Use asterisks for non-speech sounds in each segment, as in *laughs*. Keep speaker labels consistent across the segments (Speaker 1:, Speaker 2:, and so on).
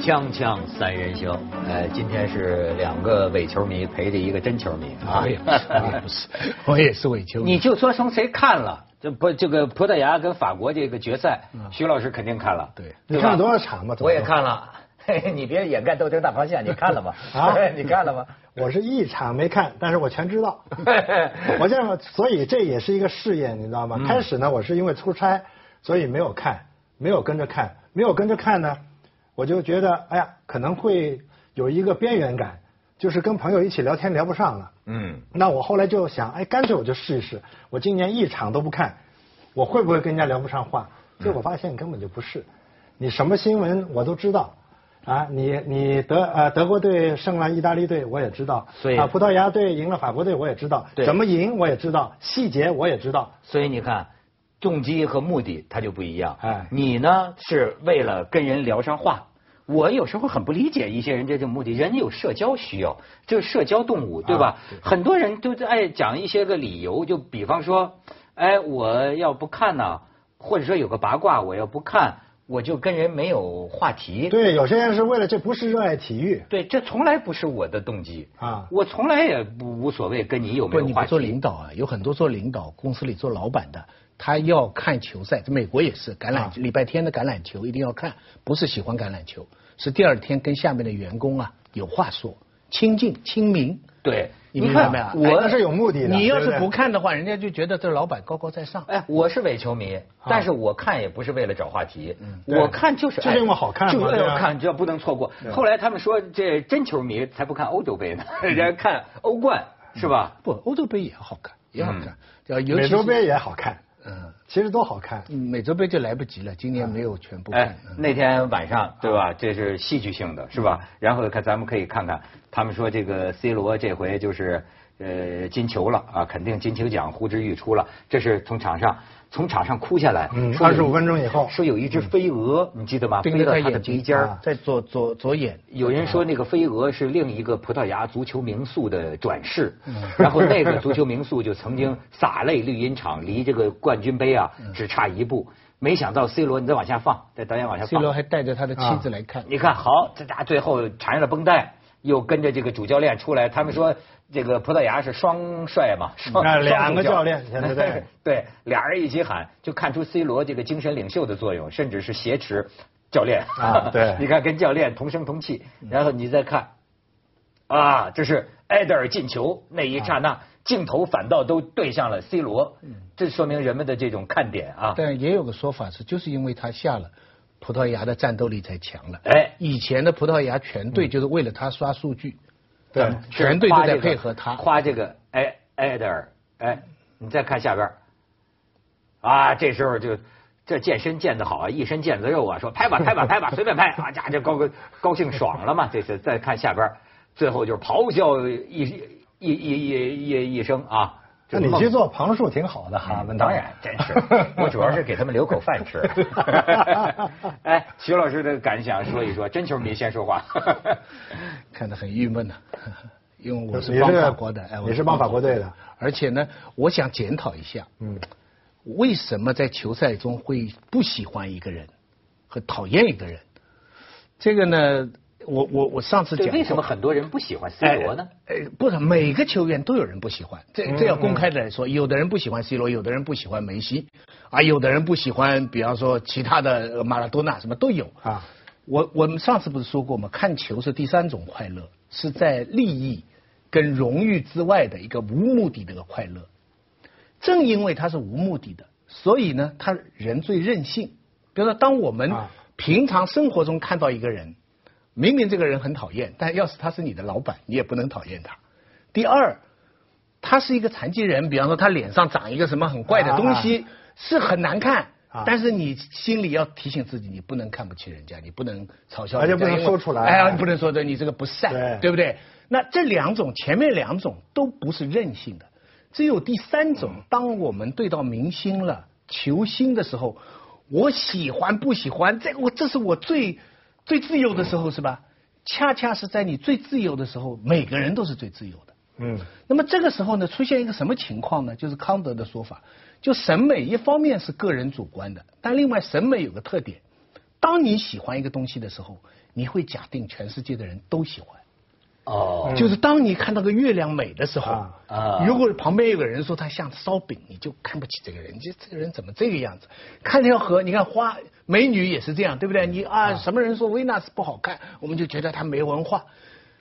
Speaker 1: 锵锵三人行，呃，今天是两个伪球迷陪着一个真球迷啊
Speaker 2: 我
Speaker 1: *laughs*
Speaker 2: 也。不是，我哎也不是，我也是伪球迷。
Speaker 1: 你就说从谁看了？这不，这个葡萄牙跟法国这个决赛，徐老师肯定看了。
Speaker 2: 嗯对
Speaker 1: 吧
Speaker 2: 你看了多少场吧总共
Speaker 1: 我也看了。 *laughs* 嘿嘿你别掩盖斗争大螃蟹，你看了吗？
Speaker 2: *laughs* 啊
Speaker 1: *laughs* 你看了吗？
Speaker 2: 我是一场没看，但是我全知
Speaker 1: *laughs*
Speaker 2: 道。我这样，所以这也是一个试验，你知道吗？
Speaker 1: 嗯
Speaker 2: 开始呢，我是因为出差，所以没有看，没有跟着看，没有跟着看呢，我就觉得，哎呀，可能会有一个边缘感，就是跟朋友一起聊天聊不上了。
Speaker 1: 嗯，
Speaker 2: 那我后来就想，哎，干脆我就试一试，我今年一场都不看，我会不会跟人家聊不上话？结果发现根本就不是，你什么新闻我都知道。啊，你你德啊德国队胜了意大利队，我也知道。
Speaker 1: 所以
Speaker 2: 啊，葡萄牙队赢了法国队，我也知道。
Speaker 1: 对
Speaker 2: 怎么赢我也知道，细节我也知道。
Speaker 1: 所以你看，动机和目的它就不一样。
Speaker 2: 哎
Speaker 1: 你呢是为了跟人聊上话。我有时候很不理解一些人这种目的，人有社交需要，这是社交动物，对吧？很多人都爱讲一些个理由，就比方说，哎，我要不看呢、或者说有个八卦，我要不看，我就跟人没有话题。
Speaker 2: 对，有些人是为了这不是热爱体育
Speaker 1: 对，这从来不是我的动机
Speaker 2: 啊
Speaker 1: 我从来也不无所谓跟你有没
Speaker 3: 不，
Speaker 1: 有
Speaker 3: 你
Speaker 1: 话
Speaker 3: 别
Speaker 1: 题。
Speaker 3: 做领导啊，有很多做领导，公司里做老板的，他要看球赛，美国也是橄榄、
Speaker 2: 啊
Speaker 3: 礼拜天的橄榄球一定要看，不是喜欢橄榄球，是第二天跟下面的员工啊有话说，亲近亲民。
Speaker 1: 对，
Speaker 3: 你
Speaker 1: 你
Speaker 3: 明
Speaker 1: 看
Speaker 3: 白没有？啊
Speaker 1: 我
Speaker 2: 哎那是有目的的
Speaker 3: 你要
Speaker 2: 对
Speaker 3: 是
Speaker 2: 不对
Speaker 3: 不看的话，人家就觉得这老板高高在上。
Speaker 1: 哎，我是伪球迷，但是我看也不是为了找话题，
Speaker 2: 对
Speaker 1: 我看嗯就是哎
Speaker 2: 就是因为好看嘛
Speaker 1: 就
Speaker 2: 对吧
Speaker 1: 要看，啊就要不能错过。后来他们说，这真球迷才不看欧洲 *laughs* 杯呢，人家看欧冠是吧？
Speaker 3: 不，欧洲杯也好看，也好看，要尤其
Speaker 2: 美
Speaker 3: 是
Speaker 2: 洲杯也好看，
Speaker 3: 嗯，
Speaker 2: 其实都好看。
Speaker 3: 美洲杯就来不及了，今年没有全部看
Speaker 1: 哎。，
Speaker 3: 嗯
Speaker 1: 那天晚上对吧？这是戏剧性的，是吧？啊嗯然后看咱们可以看看，他们说这个 C 罗这回就是呃金球了啊，肯定金球奖呼之欲出了。这是从场上从场上哭下来，
Speaker 2: 嗯
Speaker 1: 说有
Speaker 2: 25分钟以后
Speaker 1: 说有一只飞蛾，你记得吗？
Speaker 3: 盯
Speaker 1: 飞
Speaker 3: 着
Speaker 1: 到
Speaker 3: 他
Speaker 1: 嗯他的
Speaker 3: 眼
Speaker 1: 鼻
Speaker 3: 睛
Speaker 1: 尖儿。
Speaker 3: 啊在左左左眼，
Speaker 1: 有人说那个飞蛾是另一个葡萄牙足球名宿的转世，
Speaker 3: 嗯
Speaker 1: 然后那个足球名宿就曾经洒泪绿茵场，离这个冠军杯啊
Speaker 3: 嗯
Speaker 1: 只差一步。没想到 C 罗，你再往下放，再导演往下
Speaker 3: C
Speaker 1: 放，
Speaker 3: 罗还带着他的妻子来看。
Speaker 1: 你看好，这家最后缠上了绷带，又跟着这个主教练出来。他们说这个葡萄牙是双帅嘛，双
Speaker 2: 啊
Speaker 1: 双主
Speaker 2: 两个教练现在对
Speaker 1: *laughs* 对，俩人一起喊，就看出 C 罗这个精神领袖的作用，甚至是挟持教练
Speaker 2: 啊对
Speaker 1: *laughs* 你看跟教练同声同气，然后你再看，啊，这是埃德尔进球那一刹那，镜头反倒都对向了 C 罗，
Speaker 2: 嗯
Speaker 1: 这说明人们的这种看点啊。
Speaker 3: 但也有个说法是，就是因为他下了，葡萄牙的战斗力才强了。
Speaker 1: 哎嗯
Speaker 3: 以前的葡萄牙全队就是为了他刷数据，
Speaker 2: 对
Speaker 3: 嗯全队都在配合他。
Speaker 1: 夸这个埃埃德尔，哎，你再看下边儿，啊，这时候就这健身健得好啊，一身腱子肉啊，说拍吧拍吧拍吧，随便拍啊，家这高高高兴爽了嘛，这是再看下边儿，最后就是咆哮一一一一一一声啊。
Speaker 2: 那你去做旁述挺好的哈，文
Speaker 1: 当
Speaker 2: 涛
Speaker 1: 然，嗯 *laughs* 真
Speaker 2: *laughs*
Speaker 1: 是，我主要是给他们留口饭吃。 *laughs* 哎，徐老师的感想说一说，真球迷先说话。
Speaker 3: 看得很郁闷呐、 *laughs* 因为我
Speaker 2: 你
Speaker 3: 是帮
Speaker 2: 是
Speaker 3: 法国的，哎，我
Speaker 2: 你是帮法国队的，
Speaker 3: 而且呢，我想检讨一下，嗯，为什么在球赛中会不喜欢一个人和讨厌一个人？这个呢，我我我上次讲
Speaker 1: 对，
Speaker 3: 过，
Speaker 1: 为什么很多人不喜欢 C 罗呢？
Speaker 3: 哎？呃，不是每个球员都有人不喜欢，这这要公开的来说，有的人不喜欢 C 罗，有的人不喜欢梅西，啊，有的人不喜欢，比方说其他的呃马拉多纳什么都有
Speaker 2: 啊。
Speaker 3: 我我们上次不是说过吗？看球是第三种快乐，是在利益跟荣誉之外的一个无目的的一个快乐。正因为它是无目的的，所以呢，他人最任性。比如说，当我们
Speaker 2: 啊
Speaker 3: 平常生活中看到一个人，明明这个人很讨厌，但要是他是你的老板，你也不能讨厌他。第二，他是一个残疾人，比方说他脸上长一个什么很怪的东西，是很难看。
Speaker 2: 啊
Speaker 3: 但是你心里要提醒自己，你不能看不起人家，你不能嘲笑
Speaker 2: 而
Speaker 3: 人
Speaker 2: 且不
Speaker 3: 家，
Speaker 2: 能
Speaker 3: 因为
Speaker 2: 说出来啊
Speaker 3: 哎呀，你不能说的，你这个不善，
Speaker 2: 对
Speaker 3: 对不对？那这两种，前面两种都不是任性的，只有第三种，
Speaker 2: 嗯
Speaker 3: 当我们对到明星了、球星的时候，我喜欢不喜欢，这我这是我最最自由的时候，是吧？恰恰是在你最自由的时候，每个人都是最自由的。
Speaker 2: 嗯，
Speaker 3: 那么这个时候呢，出现一个什么情况呢？就是康德的说法，就审美一方面是个人主观的，但另外审美有个特点，当你喜欢一个东西的时候，你会假定全世界的人都喜欢。
Speaker 1: 哦，
Speaker 3: 就是当你看到个月亮美的时候
Speaker 2: 啊，
Speaker 1: 啊
Speaker 3: 如果旁边有个人说他像烧饼，你就看不起这个人，这这个人怎么这个样子？看条河，你看花美女也是这样，对不对？你啊，什么人说维纳斯不好看，我们就觉得她没文化。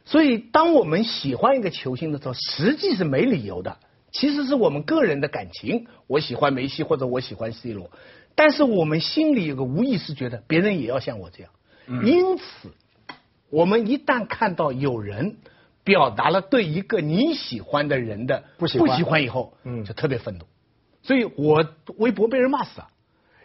Speaker 3: 所以，当我们喜欢一个球星的时候，实际是没理由的，其实是我们个人的感情，我喜欢梅西或者我喜欢 C 罗，但是我们心里有个无意识觉得别人也要像我这样，因此我们一旦看到有人表达了对一个你喜欢的人的
Speaker 2: 不喜欢
Speaker 3: 以后，
Speaker 2: 嗯
Speaker 3: 就特别愤怒。所以我微博被人骂死啊，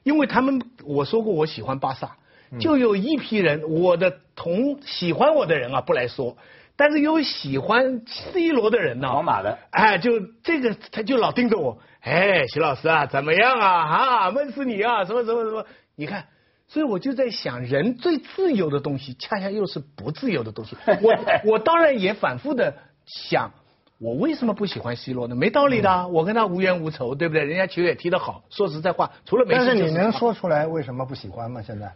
Speaker 3: 因为他们我说过我喜欢巴萨，
Speaker 1: 嗯
Speaker 3: 就有一批人，我的同喜欢我的人啊不来说，但是有喜欢 C 罗的人呢、
Speaker 1: 皇马的，
Speaker 3: 哎，就这个，他就老盯着我。哎，徐老师啊，怎么样啊？哈、闷死你啊！什么什么什么？你看，所以我就在想，人最自由的东西，恰恰又是不自由的东西。
Speaker 1: *laughs*
Speaker 3: 我我当然也反复的想，我为什么不喜欢 C 罗呢？没道理的啊、我跟他无冤无仇，对不对？人家球也踢得好。说实在话，除了梅西，
Speaker 2: 但是你
Speaker 3: 就
Speaker 2: 能
Speaker 3: 他
Speaker 2: 说出来为什么不喜欢吗？现在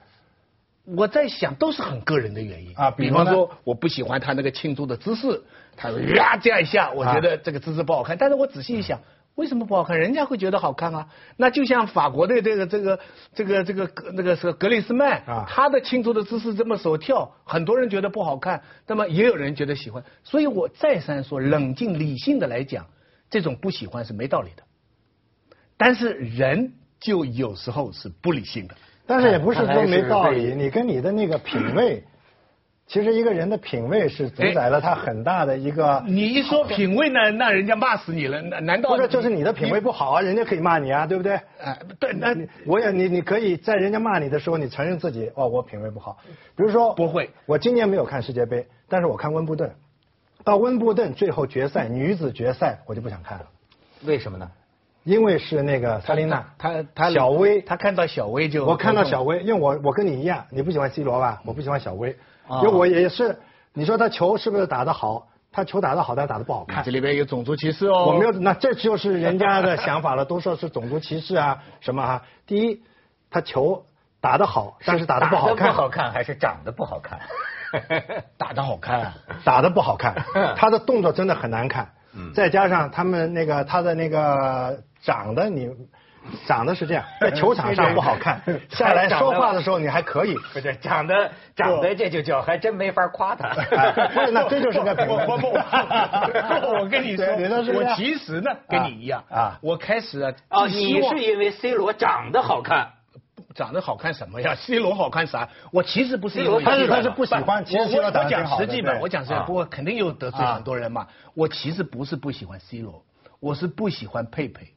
Speaker 3: 我在想，都是很个人的原因
Speaker 2: 啊比
Speaker 3: 比
Speaker 2: 如呢
Speaker 3: 方说我不喜欢他那个庆祝的姿势，他呀这样一下，我觉得这个姿势不好看。但是我仔细一想，为什么不好看？人家会觉得好看啊。那就像法国的这个这个这个这个格那个是格里斯曼
Speaker 2: 啊
Speaker 3: 他的庆祝的姿势这么手跳，很多人觉得不好看，那么也有人觉得喜欢。所以我再三说，冷静理性的来讲，这种不喜欢是没道理的。但是人就有时候是不理性的。
Speaker 2: 但是也不是
Speaker 1: 看来
Speaker 2: 说
Speaker 1: 是
Speaker 2: 没道理，
Speaker 1: 被
Speaker 2: 你跟你的那个品
Speaker 3: *clears throat*
Speaker 2: 味，其实一个人的品味是主宰了他很大的一个，
Speaker 3: 哎你一说品味呢，那人家骂死你了。难难道
Speaker 2: 不是就是你的品味不好啊，人家可以骂你啊，对不对？
Speaker 3: 哎，对，那
Speaker 2: 你我也你你可以在人家骂你的时候，你承认自己哦，我品味不好。比如说，
Speaker 3: 不会，
Speaker 2: 我今年没有看世界杯，但是我看温布顿，到温布顿最后决赛女子决赛，我就不想看了，
Speaker 1: 为什么呢？
Speaker 2: 因为是那个萨琳娜，
Speaker 3: 他他
Speaker 2: 小威，
Speaker 3: 他看到小薇就
Speaker 2: 我看到小威，因为我我跟你一样，你不喜欢 C 罗吧？我不喜欢小威，
Speaker 1: 啊
Speaker 2: 因为我也是，你说他球是不是打得好？他球打得好，但打得不好看
Speaker 3: 看，啊这。里边有种族歧视哦。
Speaker 2: 我没有，那这就是人家的想法了，都说是种族歧视啊什么啊。第一，他球打得好，但是打得不好看
Speaker 1: 不，好看还是长得不好看？
Speaker 3: 打得好看、啊，
Speaker 2: 打得不好看，他的动作真的很难看。再加上他们那个他的那个长得你长得是这样，在球场上不好 *laughs* 看
Speaker 1: 对对，对
Speaker 2: 下来说话的时候你还可以。
Speaker 1: *laughs* 不是长得长得这就叫还真没法夸他。
Speaker 2: 哎不是，那这就是个评论。
Speaker 3: *laughs* 我我我跟你说，
Speaker 2: 对那是这
Speaker 3: 我
Speaker 2: 样
Speaker 3: 其实呢跟你一样
Speaker 2: 啊啊
Speaker 3: 我开始啊，
Speaker 1: *laughs* 哦，
Speaker 3: 寄
Speaker 1: 你
Speaker 3: 希望
Speaker 1: 是因为 C 罗长得好看，
Speaker 3: 长得好看什么呀？C *laughs* 罗好看啥？我其实不是
Speaker 1: C
Speaker 3: 因
Speaker 1: 罗
Speaker 3: 为，
Speaker 1: 但是他是
Speaker 2: 不喜欢其实
Speaker 3: 我
Speaker 2: C 罗
Speaker 3: 我
Speaker 2: 打
Speaker 3: 我
Speaker 2: 得挺好
Speaker 3: 讲
Speaker 2: 的
Speaker 3: 实际嘛
Speaker 2: 对，
Speaker 3: 我讲实际
Speaker 1: 啊，
Speaker 3: 不过肯定有得罪
Speaker 2: 啊
Speaker 3: 很多人嘛。我其实不是不喜欢 C 罗，我是不喜欢佩佩。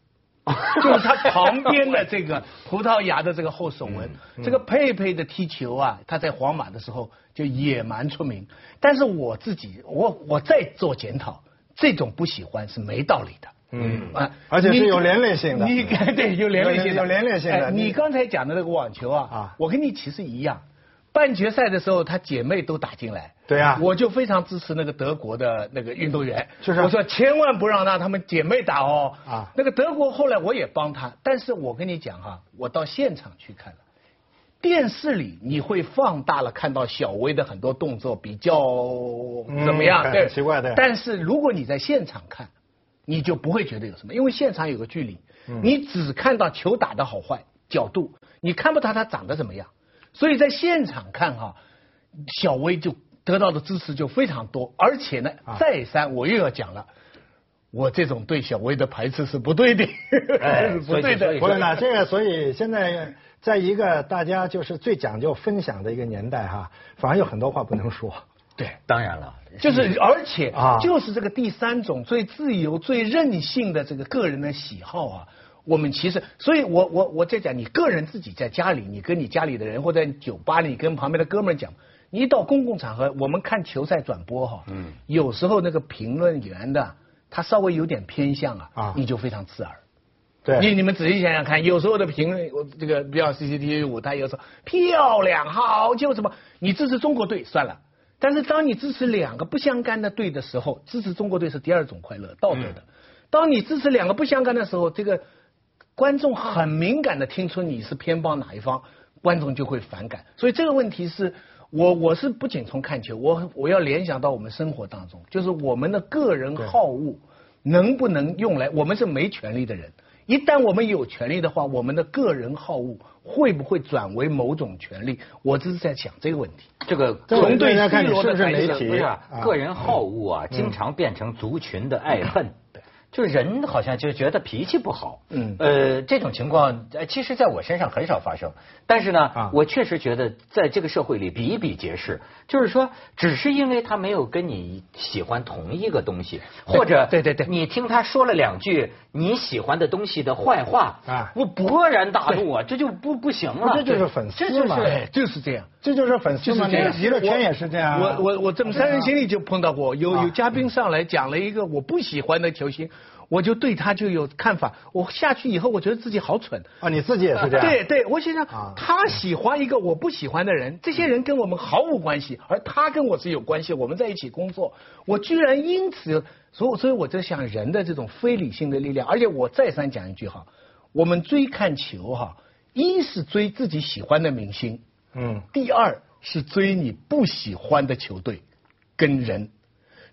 Speaker 3: *laughs* 就是他旁边的这个葡萄牙的这个后手文，
Speaker 2: 嗯
Speaker 3: 这个佩佩的踢球啊，他在皇马的时候就也蛮出名。但是我自己，我我再做检讨，这种不喜欢是没道理的。
Speaker 2: 嗯
Speaker 3: 啊，
Speaker 2: 而且是
Speaker 3: 你
Speaker 2: 有连累性的 *laughs*
Speaker 3: 你对有连累性的，
Speaker 2: 有连累性的
Speaker 3: 哎
Speaker 2: 你
Speaker 3: 你刚才讲的那个网球啊，
Speaker 2: 啊
Speaker 3: 我跟你其实一样。半决赛的时候，她姐妹都打进来，
Speaker 2: 对啊
Speaker 3: 我就非常支持那个德国的那个运动员，
Speaker 2: 就是啊
Speaker 3: 我说千万不让让她们姐妹打哦，
Speaker 2: 啊
Speaker 3: 那个德国后来我也帮她，但是我跟你讲哈、我到现场去看了，电视里你会放大了看到小薇的很多动作比较怎么样，
Speaker 2: 嗯
Speaker 3: 对，
Speaker 2: 很奇怪对
Speaker 3: 但是如果你在现场看，你就不会觉得有什么，因为现场有个距离，
Speaker 1: 嗯
Speaker 3: 你只看到球打的好坏、角度，你看不到他长得怎么样。所以在现场看哈、小薇就得到的支持就非常多，而且呢，
Speaker 1: 啊
Speaker 3: 再三我又要讲了。我这种对小薇的排斥是不对的，
Speaker 1: 哎
Speaker 3: *laughs* 是不对
Speaker 1: 所以所
Speaker 3: 的
Speaker 1: 以。
Speaker 2: 不是呢，这个所以现在在一个大家就是最讲究分享的一个年代哈，反而有很多话不能说。
Speaker 3: 对，
Speaker 1: 当然了，
Speaker 3: 就是，而且
Speaker 2: 啊
Speaker 3: 就是这个第三种最自由、最任性的这个个人的喜好啊。我们其实，所以我我我在讲，你个人自己在家里，你跟你家里的人，或者酒吧里跟旁边的哥们儿讲，你一到公共场合，我们看球赛转播哈、嗯，有时候那个评论员的他稍微有点偏向啊，
Speaker 2: 啊
Speaker 3: 你就非常刺耳。你
Speaker 2: 对，
Speaker 3: 你们仔细想想看，有时候的评论，我这个比较 CCTV 五，他有时候漂亮，好就什么，你支持中国队算了。但是当你支持两个不相干的队的时候，支持中国队是第二种快乐，道德的。当你支持两个不相干的时候，这个观众很敏感的听出你是偏帮哪一方。观众就会反感。所以这个问题是我我是不仅从看球，我我要联想到我们生活当中，就是我们的个人好恶能不能用来，我们是没权利的人。一旦我们有权利的话，我们的个人好恶会不会转为某种权利？我只是在想这个问题。
Speaker 1: 这个
Speaker 2: 这
Speaker 1: 从对
Speaker 2: 大
Speaker 1: C
Speaker 2: 家看你
Speaker 1: 罗
Speaker 2: 是
Speaker 1: 的
Speaker 2: 不是
Speaker 1: 反
Speaker 2: 媒
Speaker 1: 省
Speaker 2: 体
Speaker 1: 不是啊
Speaker 2: 啊嗯
Speaker 1: 个人好恶啊，经常变成族群的爱恨。就人好像就觉得脾气不好，
Speaker 3: 嗯
Speaker 1: 呃，这种情况，呃其实在我身上很少发生，但是呢，
Speaker 2: 啊
Speaker 1: 我确实觉得在这个社会里比比皆是。就是说，只是因为他没有跟你喜欢同一个东西，或者
Speaker 3: 对对对
Speaker 1: 你听他说了两句你喜欢的东西的坏话，
Speaker 2: 啊
Speaker 1: 我勃然大怒啊，这就不不行了，
Speaker 2: 这就是粉丝
Speaker 1: 这就是
Speaker 2: 嘛
Speaker 3: 啊对，哎就是这样。
Speaker 2: 这就是粉丝
Speaker 3: 就是
Speaker 2: 嘛，
Speaker 3: 这样
Speaker 2: 那个，娱乐圈也是这样啊。
Speaker 3: 我我我这么三人行里就碰到过，有有嘉宾上来讲了一个我不喜欢的球星，我就对他就有看法。我下去以后，我觉得自己好蠢。
Speaker 2: 啊，你自己也是这样。
Speaker 3: 对对，我心想
Speaker 2: 啊
Speaker 3: 他喜欢一个我不喜欢的人，这些人跟我们毫无关系，而他跟我是有关系，我们在一起工作，我居然因此，所以所以我在想人的这种非理性的力量，而且我再三讲一句哈，我们追看球哈，一是追自己喜欢的明星，
Speaker 2: 嗯，
Speaker 3: 第二是追你不喜欢的球队跟人。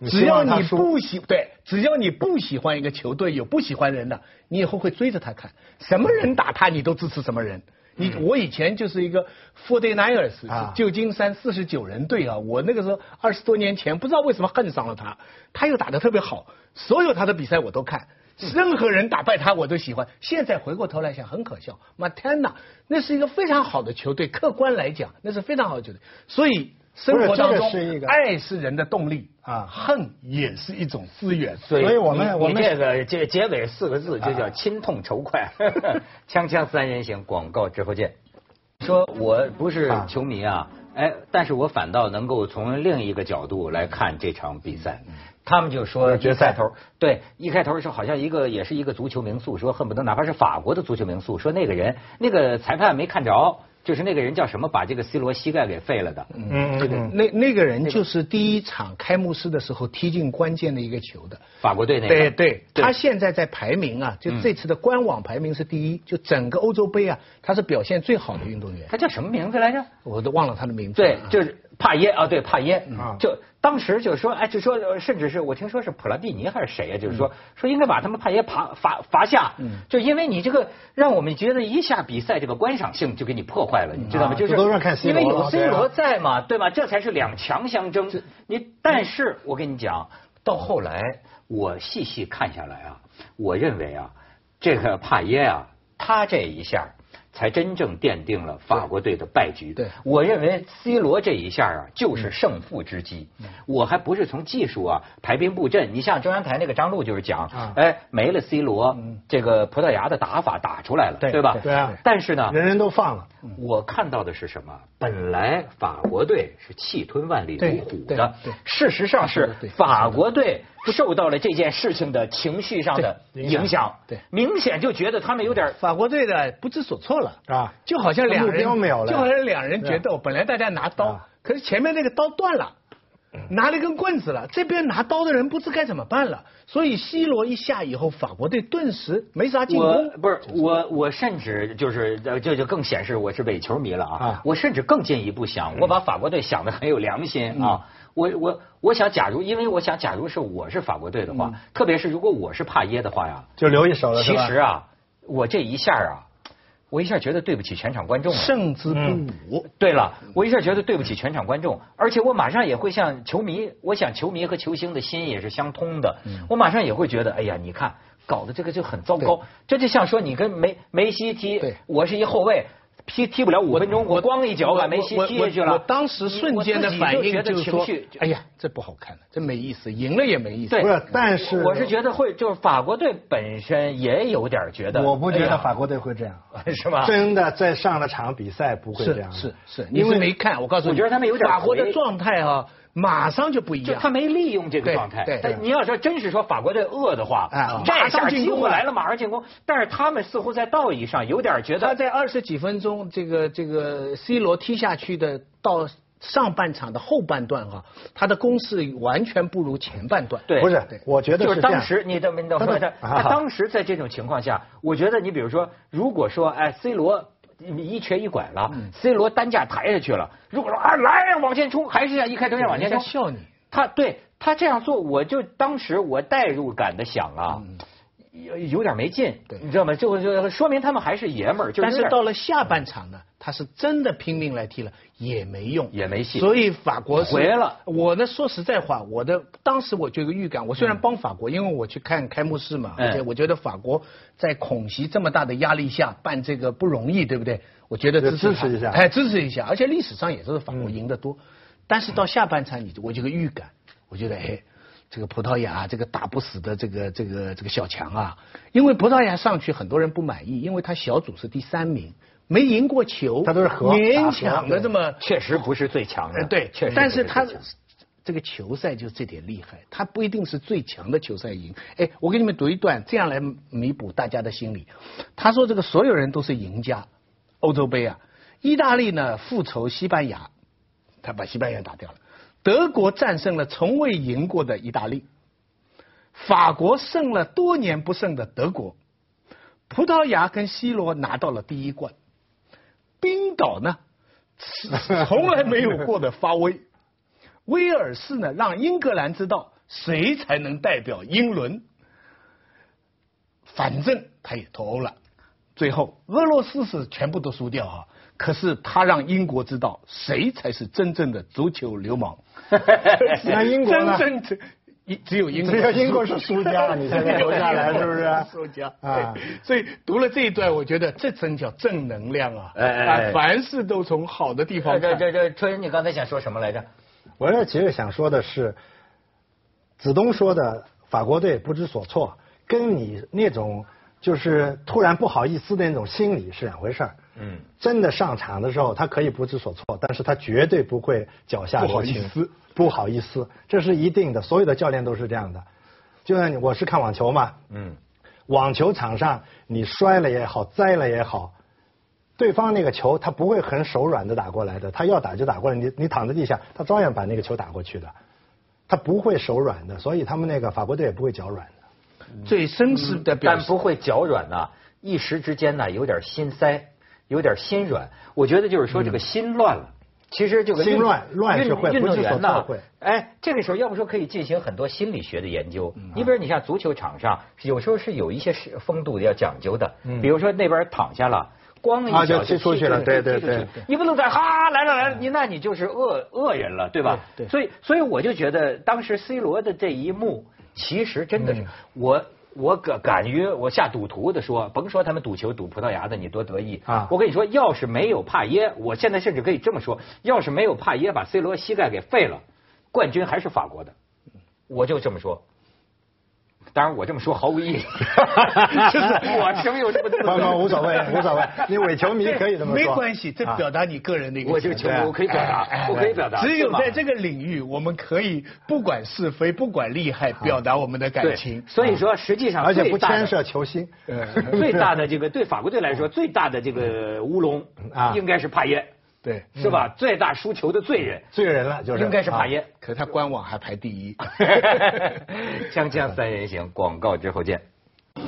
Speaker 2: 你
Speaker 3: 只
Speaker 2: 希
Speaker 3: 要
Speaker 2: 望他
Speaker 3: 你
Speaker 2: 输
Speaker 3: 不喜对，只要你不喜欢一个球队，有不喜欢人的，你以后会追着他看，什么人打他，你都支持什么人。你我以前就是一个 Forty Niners，、
Speaker 2: 嗯啊
Speaker 3: 旧金山四十九人队啊，我那个时候二十多年前，不知道为什么恨上了他，他又打得特别好，所有他的比赛我都看，
Speaker 2: 嗯
Speaker 3: 任何人打败他我都喜欢。现在回过头来想，很可笑。马天呐，那是一个非常好的球队，客观来讲，那是非常好的球队。所以生活当
Speaker 2: 不是这个
Speaker 3: 中，
Speaker 2: 是一个
Speaker 3: 爱是人的动力
Speaker 2: 啊
Speaker 3: 恨也是一种资源。
Speaker 1: 所以，
Speaker 2: 所以我们
Speaker 1: 你
Speaker 2: 我们
Speaker 1: 你这个结结尾四个字就叫亲痛仇快， *laughs* 锵锵三人行广告之后见。说我不是球迷啊，哎，但是我反倒能够从另一个角度来看这场比赛。他们就说
Speaker 2: 决赛
Speaker 1: 一开头，对，一开头是好像一个也是一个足球名宿，说恨不得哪怕是法国的足球名宿，说那个人那个裁判没看着，就是那个人叫什么把这个 C 罗膝盖给废了的，
Speaker 2: 嗯嗯嗯，
Speaker 3: 那那个人就是第一场开幕式的时候踢进关键的一个球的。
Speaker 1: 法国队那个。
Speaker 3: 对对，他现在在排名啊，就这次的官网排名是第一，就整个欧洲杯啊，他是表现最好的运动员。
Speaker 1: 他叫什么名字来着？
Speaker 3: 我都忘了他的名字
Speaker 1: 对
Speaker 3: 了啊。，
Speaker 1: 就是帕耶啊，对帕耶
Speaker 2: 啊，
Speaker 1: 就当时就说，哎，就说，呃甚至是我听说是普拉蒂尼还是谁呀、就是
Speaker 2: 嗯
Speaker 1: 说说应该把他们帕耶罚罚罚下，就因为你这个让我们觉得一下比赛这个观赏性就给你破坏了，你知道吗？
Speaker 2: 啊
Speaker 1: 就是
Speaker 2: 这都让看 C
Speaker 1: 因为
Speaker 2: 罗
Speaker 1: 有
Speaker 2: 了
Speaker 1: C
Speaker 2: 对啊
Speaker 1: 罗在嘛，对吧？这才是两强相争。你但是我跟你讲，到后来我细细看下来啊，我认为啊，这个帕耶啊，他这一下。才真正奠定了法国队的败局。
Speaker 3: 对
Speaker 1: 我认为 C 罗这一下啊，就是胜负之机。我还不是从技术啊排兵布阵，你像中央台那个张璐就是讲
Speaker 2: 啊，
Speaker 1: 哎，没了 C 罗，这个葡萄牙的打法打出来了，
Speaker 3: 对
Speaker 1: 对吧？
Speaker 2: 对啊
Speaker 1: 但是呢，
Speaker 2: 人人都放了。
Speaker 1: 嗯我看到的是什么？本来法国队是气吞万里如虎
Speaker 3: 对
Speaker 1: 的
Speaker 3: 对对，
Speaker 1: 事实上
Speaker 3: 是
Speaker 1: 是
Speaker 3: 的对
Speaker 1: 法国队受到了这件事情的情绪上的
Speaker 2: 对影响
Speaker 1: 影响，
Speaker 3: 对
Speaker 1: 明显就觉得他们有点儿
Speaker 3: 法国队的不知所措了
Speaker 2: 啊
Speaker 3: 就好像两
Speaker 2: 目
Speaker 3: 人
Speaker 2: 标没有了
Speaker 3: 就好像两人决斗，本来大家拿刀
Speaker 2: 啊，
Speaker 3: 可是前面那个刀断了。拿了一根棍子了，这边拿刀的人不知该怎么办了，所以 C 罗一下以后，法国队顿时没啥进
Speaker 1: 我
Speaker 3: 攻。
Speaker 1: 不是我，我甚至就是呃这就更显示我是伪球迷了啊！
Speaker 2: 啊
Speaker 1: 我甚至更进一步想，
Speaker 3: 嗯
Speaker 1: 我把法国队想的很有良心啊！我我我想，假如因为我想，假如是我是法国队的
Speaker 3: 嗯
Speaker 1: 话，特别是如果我是帕耶的话呀，
Speaker 2: 就留一手了，是
Speaker 1: 其
Speaker 2: 吧
Speaker 1: 实啊，我这一下啊，我一下觉得对不起全场观众了。
Speaker 3: 胜之不武，
Speaker 1: 对了，我一下觉得对不起全场观众，而且我马上也会向球迷，我想球迷和球星的心也是相通的，
Speaker 3: 嗯
Speaker 1: 我马上也会觉得，哎呀，你看搞的这个就很糟糕，这就像说你跟梅梅西踢
Speaker 3: 对，
Speaker 1: 我是一后卫。踢踢不了五分钟，我光一脚把梅西
Speaker 3: 我
Speaker 1: 踢下去了。
Speaker 3: 我我当时瞬间的反
Speaker 1: 我自己
Speaker 3: 应
Speaker 1: 就
Speaker 3: 就是
Speaker 1: 觉得情
Speaker 3: 说
Speaker 1: 绪，就
Speaker 3: 哎呀，这不好看了，这没意思，赢了也没意思。
Speaker 1: 对
Speaker 2: 不是，但是
Speaker 1: 我是觉得会，就是法国队本身也有点觉得，
Speaker 2: 我不觉
Speaker 1: 哎
Speaker 2: 得
Speaker 1: 呀
Speaker 2: 法国队会这样。
Speaker 1: 是吧？
Speaker 2: 真的在上了场比赛不会这样的，
Speaker 3: 啊是是，你
Speaker 2: 因
Speaker 3: 是
Speaker 2: 为
Speaker 3: 没看，我告诉你，
Speaker 1: 我觉得他们有点
Speaker 3: 法国的
Speaker 1: 颓
Speaker 3: 状态啊，马上就不一
Speaker 1: 就
Speaker 3: 样
Speaker 1: 他。没利用这个状态。
Speaker 3: 啊
Speaker 1: 哎
Speaker 3: 对对
Speaker 1: 但你要说真是说法国队饿的话，
Speaker 3: 哎啊
Speaker 1: 这
Speaker 3: 马
Speaker 1: 下
Speaker 3: 上进
Speaker 1: 机
Speaker 3: 攻
Speaker 1: 会
Speaker 3: 了
Speaker 1: 来了，马上进攻。但是他们似乎在道义上有点觉
Speaker 3: 他
Speaker 1: 得，
Speaker 3: 在二十几分钟，这个这个 C 罗踢下去的到上半场的后半段啊，他的攻势完全不如前半段。
Speaker 1: 对，
Speaker 2: 不是我觉得
Speaker 1: 就是是
Speaker 2: 这样
Speaker 1: 当时你等你等
Speaker 2: 他
Speaker 1: 说
Speaker 2: 的
Speaker 1: 他
Speaker 2: 啊
Speaker 1: 他当时在这种情况下，我觉得你比如说，如果说哎 C 罗一瘸一拐了，C
Speaker 3: 嗯
Speaker 1: 罗单价抬下去了。如果说啊来往前冲，还是要一开头先往前
Speaker 3: 人家
Speaker 1: 冲，
Speaker 3: 笑你，
Speaker 1: 他对他这样做，我就当时我代入感的想啊，有有点没劲，
Speaker 3: 嗯对
Speaker 1: 你知道吗？就就说明他们还是爷们儿，就
Speaker 3: 但
Speaker 1: 有
Speaker 3: 是
Speaker 1: 点
Speaker 3: 到了下半场呢，他是真的拼命来踢了，也没用，
Speaker 1: 也没戏
Speaker 3: 所以法国是
Speaker 1: 回了。
Speaker 3: 我呢，说实在话，我的当时我就有个预感，我虽然帮法国，因为我去看开幕式嘛，
Speaker 1: 嗯
Speaker 3: 而且我觉得法国在恐袭这么大的压力下办这个不容易，对不对？我觉得支
Speaker 2: 支
Speaker 3: 持
Speaker 2: 持
Speaker 3: 他
Speaker 2: 一下嗯
Speaker 3: 哎，支持一下，而且历史上也是法国赢得多。但是到下半场，你我就有个预感，我觉得哎。这个葡萄牙这个打不死的这个这个这个小强啊，因为葡萄牙上去很多人不满意，因为他小组是第三名，没赢过球，
Speaker 2: 他都是和
Speaker 3: 勉强的这么
Speaker 1: 确实不是最强的，
Speaker 3: 呃，对，
Speaker 1: 确实不
Speaker 3: 但
Speaker 1: 是最
Speaker 3: 是他
Speaker 1: 强的。
Speaker 3: 这个球赛就这点厉害，他不一定是最强的球赛赢。哎，我给你们读一段，这样来弥补大家的心理。他说这个所有人都是赢家，欧洲杯啊，意大利呢复仇西班牙，他把西班牙打掉了，德国战胜了从未赢过的意大利，法国胜了多年不胜的德国，葡萄牙跟 C 罗拿到了第一冠，冰
Speaker 2: *laughs*
Speaker 3: 岛呢是从来没有过的发威，威尔士呢让英格兰知道谁才能代表英伦，反正他也脱欧了。最后，俄罗斯是全部都输掉啊，可是他让英国知道谁才是真正的足球流氓。
Speaker 2: *laughs* 那英国呢
Speaker 3: 真正只只有英国，
Speaker 2: 只有英国是输家，你现在留下
Speaker 3: *laughs*
Speaker 2: 来是不是？
Speaker 3: 输家
Speaker 2: 啊
Speaker 3: 啊！
Speaker 1: *laughs*
Speaker 3: 所以读了这一段，我觉得这真叫正能量啊！
Speaker 1: 哎哎哎
Speaker 3: 啊，凡事都从好的地方
Speaker 1: 这
Speaker 3: 看。
Speaker 1: 这这，春你刚才想说什么来着？
Speaker 2: 我这其实想说的是，子东说的法国队不知所措，跟你那种就是突然不好意思的那种心理是两回事儿。
Speaker 1: 嗯，
Speaker 2: 真的上场的时候，他可以不知所措，但是他绝对不会脚下
Speaker 3: 不好意
Speaker 2: 思，不好意思，这是一定的，所有的教练都是这样的。就像你我是看网球嘛，
Speaker 1: 嗯，
Speaker 2: 网球场上你摔了也好，栽了也好，对方那个球他不会很手软的打过来的，他要打就打过来，你你躺在地下，他照样把那个球打过去的，他不会手软的，所以他们那个法国队也不会脚软的。
Speaker 3: 最绅士的表
Speaker 1: 但
Speaker 3: 示，
Speaker 1: 不嗯会脚软呐、一时之间呢、有点心塞，有点心软。我觉得就是说这个心乱了。其实这个运
Speaker 2: 心乱乱是
Speaker 1: 运
Speaker 2: 会
Speaker 1: 运
Speaker 2: 不知
Speaker 1: 动
Speaker 2: 所
Speaker 1: 员
Speaker 2: 措
Speaker 1: 呐
Speaker 2: 会，
Speaker 1: 哎，这个时候要不说可以进行很多心理学的研究。你比如你像足球场上，有时候是有一些是风度要讲究的，比如说那边躺下了。光一
Speaker 2: 啊就
Speaker 1: 脚
Speaker 2: 踢出去了对对
Speaker 1: 踢出去
Speaker 2: 对
Speaker 1: 你不能再哈来了来了，你那你就是恶恶人了，对吧？
Speaker 3: 对对
Speaker 1: 所以所以我就觉得当时 C 罗的这一幕，其实真
Speaker 3: 嗯
Speaker 1: 的是、我我敢敢于我下赌徒的说，甭说他们赌球赌葡萄牙的，你多得意
Speaker 2: 啊
Speaker 1: 我跟你说，要是没有帕耶，我现在甚至可以这么说，要是没有帕耶把 C 罗膝盖给废了，冠军还是法国的，我就这么说。当然，我这么说毫无意义， *laughs* 就是我是不是有什么资格？
Speaker 2: 不不，无 *laughs* 所谓，无所谓，你伪球迷可以这么
Speaker 3: 没
Speaker 2: 说，
Speaker 3: 关系，这
Speaker 2: 啊
Speaker 3: 表达你个人的一个
Speaker 1: 我
Speaker 3: 想
Speaker 1: 就
Speaker 3: 法。
Speaker 1: 求我可以表
Speaker 3: 哎
Speaker 1: 达，我可以表达。
Speaker 3: 只有
Speaker 1: 对吗
Speaker 3: 在这个领域，我们可以不管是非，不管利害，表达我们的感
Speaker 1: 对
Speaker 3: 情。嗯
Speaker 1: 所以说，实际上
Speaker 2: 嗯而且
Speaker 1: 最
Speaker 2: 不
Speaker 1: 大的
Speaker 2: 牵涉球星。
Speaker 1: *laughs* 最大
Speaker 2: *laughs*
Speaker 1: 的这个对法国队来说最大的这个乌龙
Speaker 2: 啊
Speaker 1: 应该是帕耶，
Speaker 3: 对，
Speaker 1: 是吧？最大输球的罪人
Speaker 2: 罪人了，就是
Speaker 1: 应该是
Speaker 2: 啊
Speaker 1: 帕耶。
Speaker 3: 可他官网还排第一。
Speaker 1: *laughs* 锵锵三人行，广告之后见。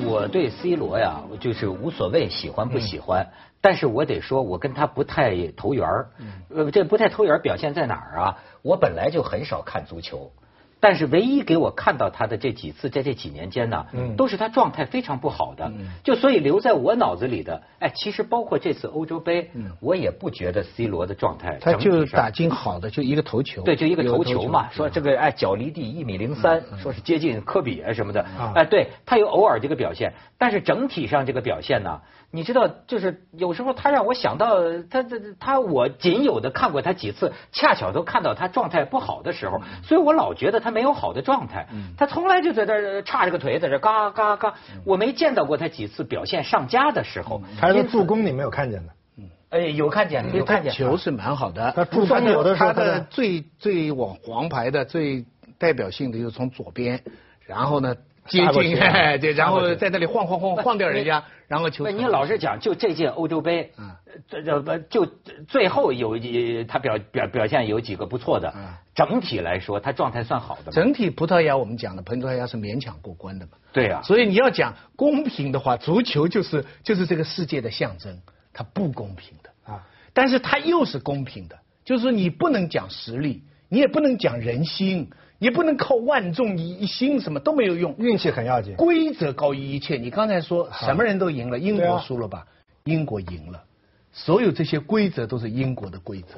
Speaker 1: 我对 C 罗呀，我就是无所谓喜欢不喜欢，但是我得说，我跟他不太投缘儿。呃，这不太投缘儿表现在哪儿啊？我本来就很少看足球，但是唯一给我看到他的这几次，在这几年间呢，都是他状态非常不好的，就所以留在我脑子里的，哎，其实包括这次欧洲杯，我也不觉得 C 罗的状态
Speaker 3: 他
Speaker 1: 整体
Speaker 3: 就
Speaker 1: 上
Speaker 3: 打进好的，就一个头球。
Speaker 1: 对，就一个头球嘛，说这个哎脚离地一米零三，说是接近科比啊什么的，哎，对他有偶尔这个表现，但是整体上这个表现呢，你知道，就是有时候他让我想到他他他我仅有的看过他几次，恰巧都看到他状态不好的时候，所以我老觉得他没有好的状态，他从来就在这儿叉着个腿在这儿嘎嘎嘎，我没见到过他几次表现上佳的时候，
Speaker 2: 还是
Speaker 1: 因
Speaker 2: 他
Speaker 1: 此
Speaker 2: 助攻你没有看见的，
Speaker 1: 嗯哎有看见有看见啊
Speaker 3: 球是蛮好的。
Speaker 2: 他助攻有的时候
Speaker 3: 他
Speaker 2: 他
Speaker 3: 的
Speaker 2: 的
Speaker 3: 最最往黄牌的最代表性的就是从左边，然后呢接
Speaker 2: 杀过
Speaker 3: 近，
Speaker 2: 去
Speaker 3: 哎对，然后在那里晃晃晃晃掉人家，然后球
Speaker 1: 那
Speaker 3: 传。
Speaker 1: 你老实讲，就这届欧洲杯，
Speaker 3: 嗯
Speaker 1: 这这不就最后有一他表表表现有几个不错的
Speaker 3: 嗯，
Speaker 1: 整体来说他状态算好的嘛。
Speaker 3: 整体葡萄牙我们讲的，葡萄牙是勉强过关的嘛。
Speaker 1: 对啊，
Speaker 3: 所以你要讲公平的话，足球就是就是这个世界的象征。它不公平的
Speaker 2: 啊
Speaker 3: 啊，但是它又是公平的，就是说你不能讲实力，你也不能讲人心，也不能靠万众一一心，什么都没有用。
Speaker 2: 运气很要紧。
Speaker 3: 规则高于一切。你刚才说什么人都赢了，英
Speaker 2: 对
Speaker 3: 国
Speaker 2: 啊
Speaker 3: 输了吧？英国赢了，所有这些规则都是英国的
Speaker 2: *laughs*
Speaker 3: 规则。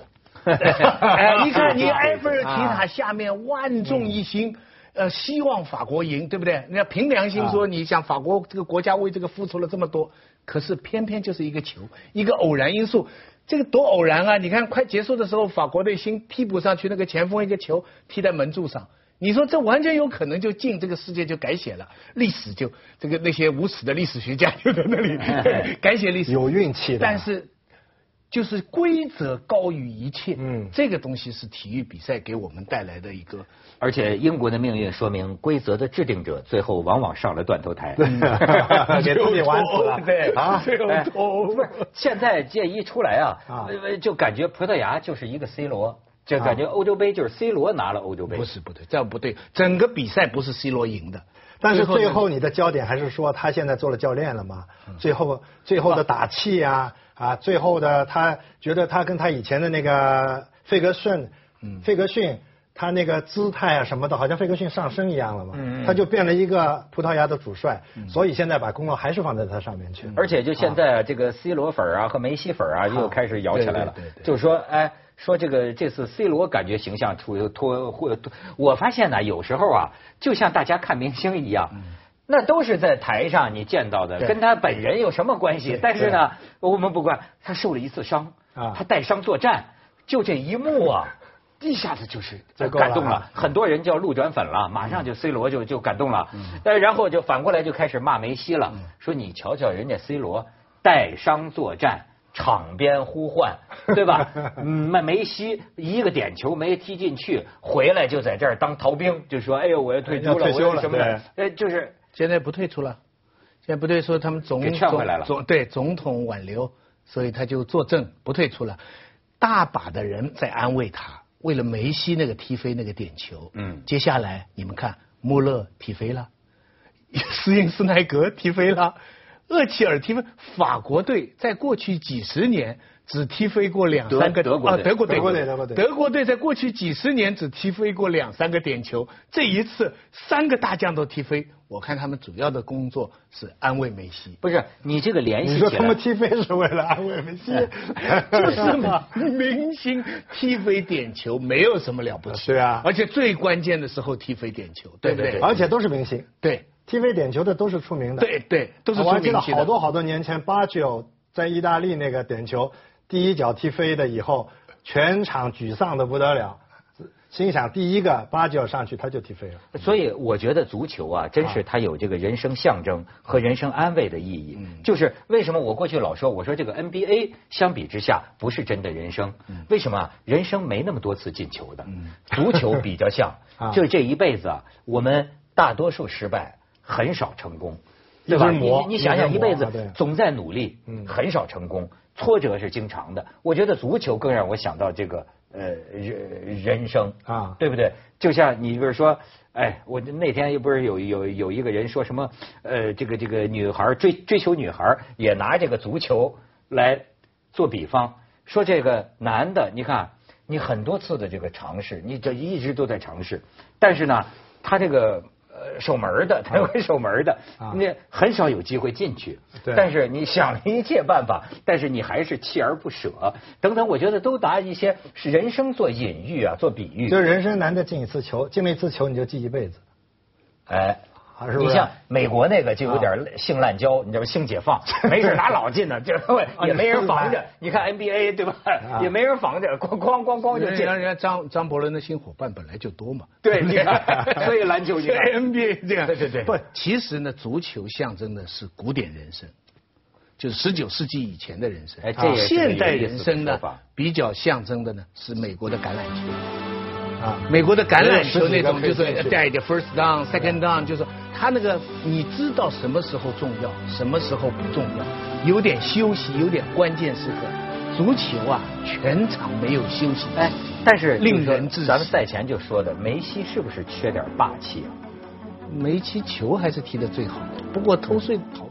Speaker 3: 哎，你看，你埃菲尔
Speaker 2: 啊
Speaker 3: 铁塔下面万众一
Speaker 2: 嗯
Speaker 3: 心。呃，希望法国赢，对不对？人家凭良心说，你想法国这个国家为这个付出了这么多，可是偏偏就是一个球，一个偶然因素，这个多偶然啊！你看，快结束的时候，法国队新替补上去那个前锋一个球踢在门柱上，你说这完全有可能就进，这个世界就改写了，历史就这个那些无耻的历史学家就在
Speaker 2: *laughs*
Speaker 3: 那里改写历史，
Speaker 2: 有运气的
Speaker 3: 但是就是规则高于一切，
Speaker 2: 嗯
Speaker 3: 嗯，这个东西是体育比赛给我们带来的一个，
Speaker 1: 而且英国的命运说明，规则的制定者最后往往上了断头台。 *laughs*
Speaker 2: 给
Speaker 3: *laughs*
Speaker 2: 自己玩死了
Speaker 3: 哦对哦
Speaker 2: 啊！
Speaker 3: 最后头
Speaker 1: 不是，现在这一出来啊，
Speaker 2: 啊
Speaker 1: 呃就感觉葡萄牙就是一个 C 罗，就感觉欧洲杯就是 C 罗拿了欧洲杯。
Speaker 3: 不是不对，这样不对，整个比赛不是 C 罗赢的，
Speaker 2: 但是最
Speaker 3: 最
Speaker 2: 后你嗯的焦点还是说他现在做了教练了嘛？最后最后的打气啊啊，最后的他觉得他跟他以前的那个费格逊，费格逊他那个姿态啊什么的，好像费格逊上升一样了嘛，他就变了一个葡萄牙的主帅，所以现在把功劳还是放在他上面
Speaker 3: 嗯
Speaker 2: 去。
Speaker 1: 而且就现在啊，这个 C 罗粉儿啊和梅西粉儿啊又开始摇起来了
Speaker 3: 对对对，对
Speaker 1: 就是说，哎，说这个这次 C 罗感觉形象出脱会，我发现呢，有时候啊，就像大家看明星一
Speaker 3: 嗯
Speaker 1: 样。那都是在台上你见到的，
Speaker 2: 对
Speaker 1: 跟他本人有什么关系？ *laughs* 但是呢，我们不管他受了一次伤
Speaker 2: 啊，
Speaker 1: 他带伤作战，就这一幕
Speaker 3: *laughs*
Speaker 1: 啊，一下子就是
Speaker 2: 就够了
Speaker 1: 感动
Speaker 2: 啊嗯
Speaker 1: 了。很多人叫路转粉了，马上就 C 罗就就感动了，但然后就反过来就开始骂梅西了，
Speaker 2: 嗯
Speaker 1: 说你瞧瞧人家 C 罗带伤作战。场边呼唤， *laughs* 对吧？嗯那梅西一个点球没踢进去，回来就在这儿当逃兵，就说：“哎呦，我要退
Speaker 2: 要
Speaker 1: 休了，
Speaker 2: 退休
Speaker 1: 我
Speaker 2: 了
Speaker 1: 要什么的。”呃，就是
Speaker 3: 现在不退出了，现在不退出，他们总
Speaker 1: 给劝回来了
Speaker 3: 总总对总统挽留，所以他就作证不退出了。大把的人在安慰他，为了梅西那个踢飞那个点球，
Speaker 1: 嗯
Speaker 3: 接下来你们看，穆勒踢飞了， *laughs* 斯因斯奈格踢飞了，厄齐尔踢飞，法国队在过去几十年只踢飞过两
Speaker 1: 德
Speaker 3: 三个
Speaker 1: 德国
Speaker 3: 啊
Speaker 1: 队，
Speaker 3: 德国队
Speaker 2: 德国队德国队
Speaker 3: 德国队在过去几十年只踢飞过两三个点球，这一次三个大将都踢飞。我看他们主要的工作是安慰梅西
Speaker 1: 不是你这个联
Speaker 2: 你
Speaker 1: 系
Speaker 2: 说
Speaker 1: 起
Speaker 2: 他们
Speaker 1: 来，
Speaker 2: 踢飞是为了安慰梅西，
Speaker 3: 就是嘛，明星踢飞点球没有什么了不起，
Speaker 2: *laughs* 是啊
Speaker 3: 而且最关键的时候踢飞点球，对不对？
Speaker 2: 而且都是明星，
Speaker 3: 对
Speaker 2: 踢飞点球的都是出名的。
Speaker 3: 对对，都是
Speaker 2: 我
Speaker 3: 说
Speaker 2: 还记得
Speaker 3: 明星
Speaker 2: 好
Speaker 3: 的。
Speaker 2: 多好多年前，八九在意大利那个点球，第一脚踢飞的以后，全场沮丧的不得了，心想第一个八九上去他就踢飞了。
Speaker 1: 所以我觉得足球啊，真是它有这个人生象征和人生安慰的意义。
Speaker 2: 嗯
Speaker 1: 就是为什么我过去老说，我说这个 NBA 相比之下不是真的人生，
Speaker 2: 嗯
Speaker 1: 为什么啊人生没那么多次进球的？足球比较像
Speaker 2: *laughs* 啊，
Speaker 1: 就这一辈子啊，我们大多数失败，很少成功，对吧？
Speaker 2: 一直
Speaker 1: 你
Speaker 2: 磨
Speaker 1: 你想想，
Speaker 2: 一直
Speaker 1: 一
Speaker 2: 磨
Speaker 1: 辈子
Speaker 2: 啊对嗯
Speaker 1: 总在努力，很少成功，挫折是经常的。我觉得足球更让我想到这个呃人人生
Speaker 2: 啊
Speaker 1: 对不对？就像你比如说，哎，我那天又不是有有有一个人说什么，呃，这个这个女孩追追求女孩也拿这个足球来做比方，说这个男的，你看你很多次的这个尝试，你这一直都在尝试，但是呢，他这个。呃，守门儿的，他有个守门儿的，
Speaker 2: 啊
Speaker 1: 那很少有机会进去。
Speaker 2: 对
Speaker 1: 但是你想了一切办法，但是你还是锲而不舍，等等，我觉得都拿一些是人生做隐喻啊，做比
Speaker 3: 嗯
Speaker 1: 喻。
Speaker 2: 就人生难得进一次球，进了一次球你就记一辈子。
Speaker 1: 哎
Speaker 2: 啊是不是
Speaker 1: 你像美国那个就有点性滥交，你知道吧？性解放，没事拿老进呢，就也没人防着。你看 NBA 对吧？也没人防着，咣咣咣咣
Speaker 3: 人
Speaker 1: 就
Speaker 3: 家
Speaker 1: 进。
Speaker 3: 人家张张伯伦的新伙伴本来就多嘛，
Speaker 1: 对，你看，所以篮球你
Speaker 3: 对
Speaker 1: 看，
Speaker 3: NBA 这样，
Speaker 1: 对对对
Speaker 3: 不，其实呢，足球象征的是古典人生，就是十九世纪以前的人生。啊
Speaker 1: 哎这也是
Speaker 3: 现代
Speaker 1: 有意思的
Speaker 3: 人生呢
Speaker 1: 说法，
Speaker 3: 比较象征的呢是美国的橄榄球。
Speaker 2: 啊，
Speaker 3: 美国的橄榄球那种就
Speaker 2: 没有十几个可以进
Speaker 3: 是
Speaker 2: 去
Speaker 3: 带一点 first down、second down，就是他那个你知道什么时候重要，什么时候不重要，有点休息，有点关键时刻。足球啊，全场没有休息。
Speaker 1: 哎，但是
Speaker 3: 令人窒息
Speaker 1: 咱们赛前就说的，梅西是不是缺点霸气啊？
Speaker 3: 梅西球还是踢得最好的，不过偷税逃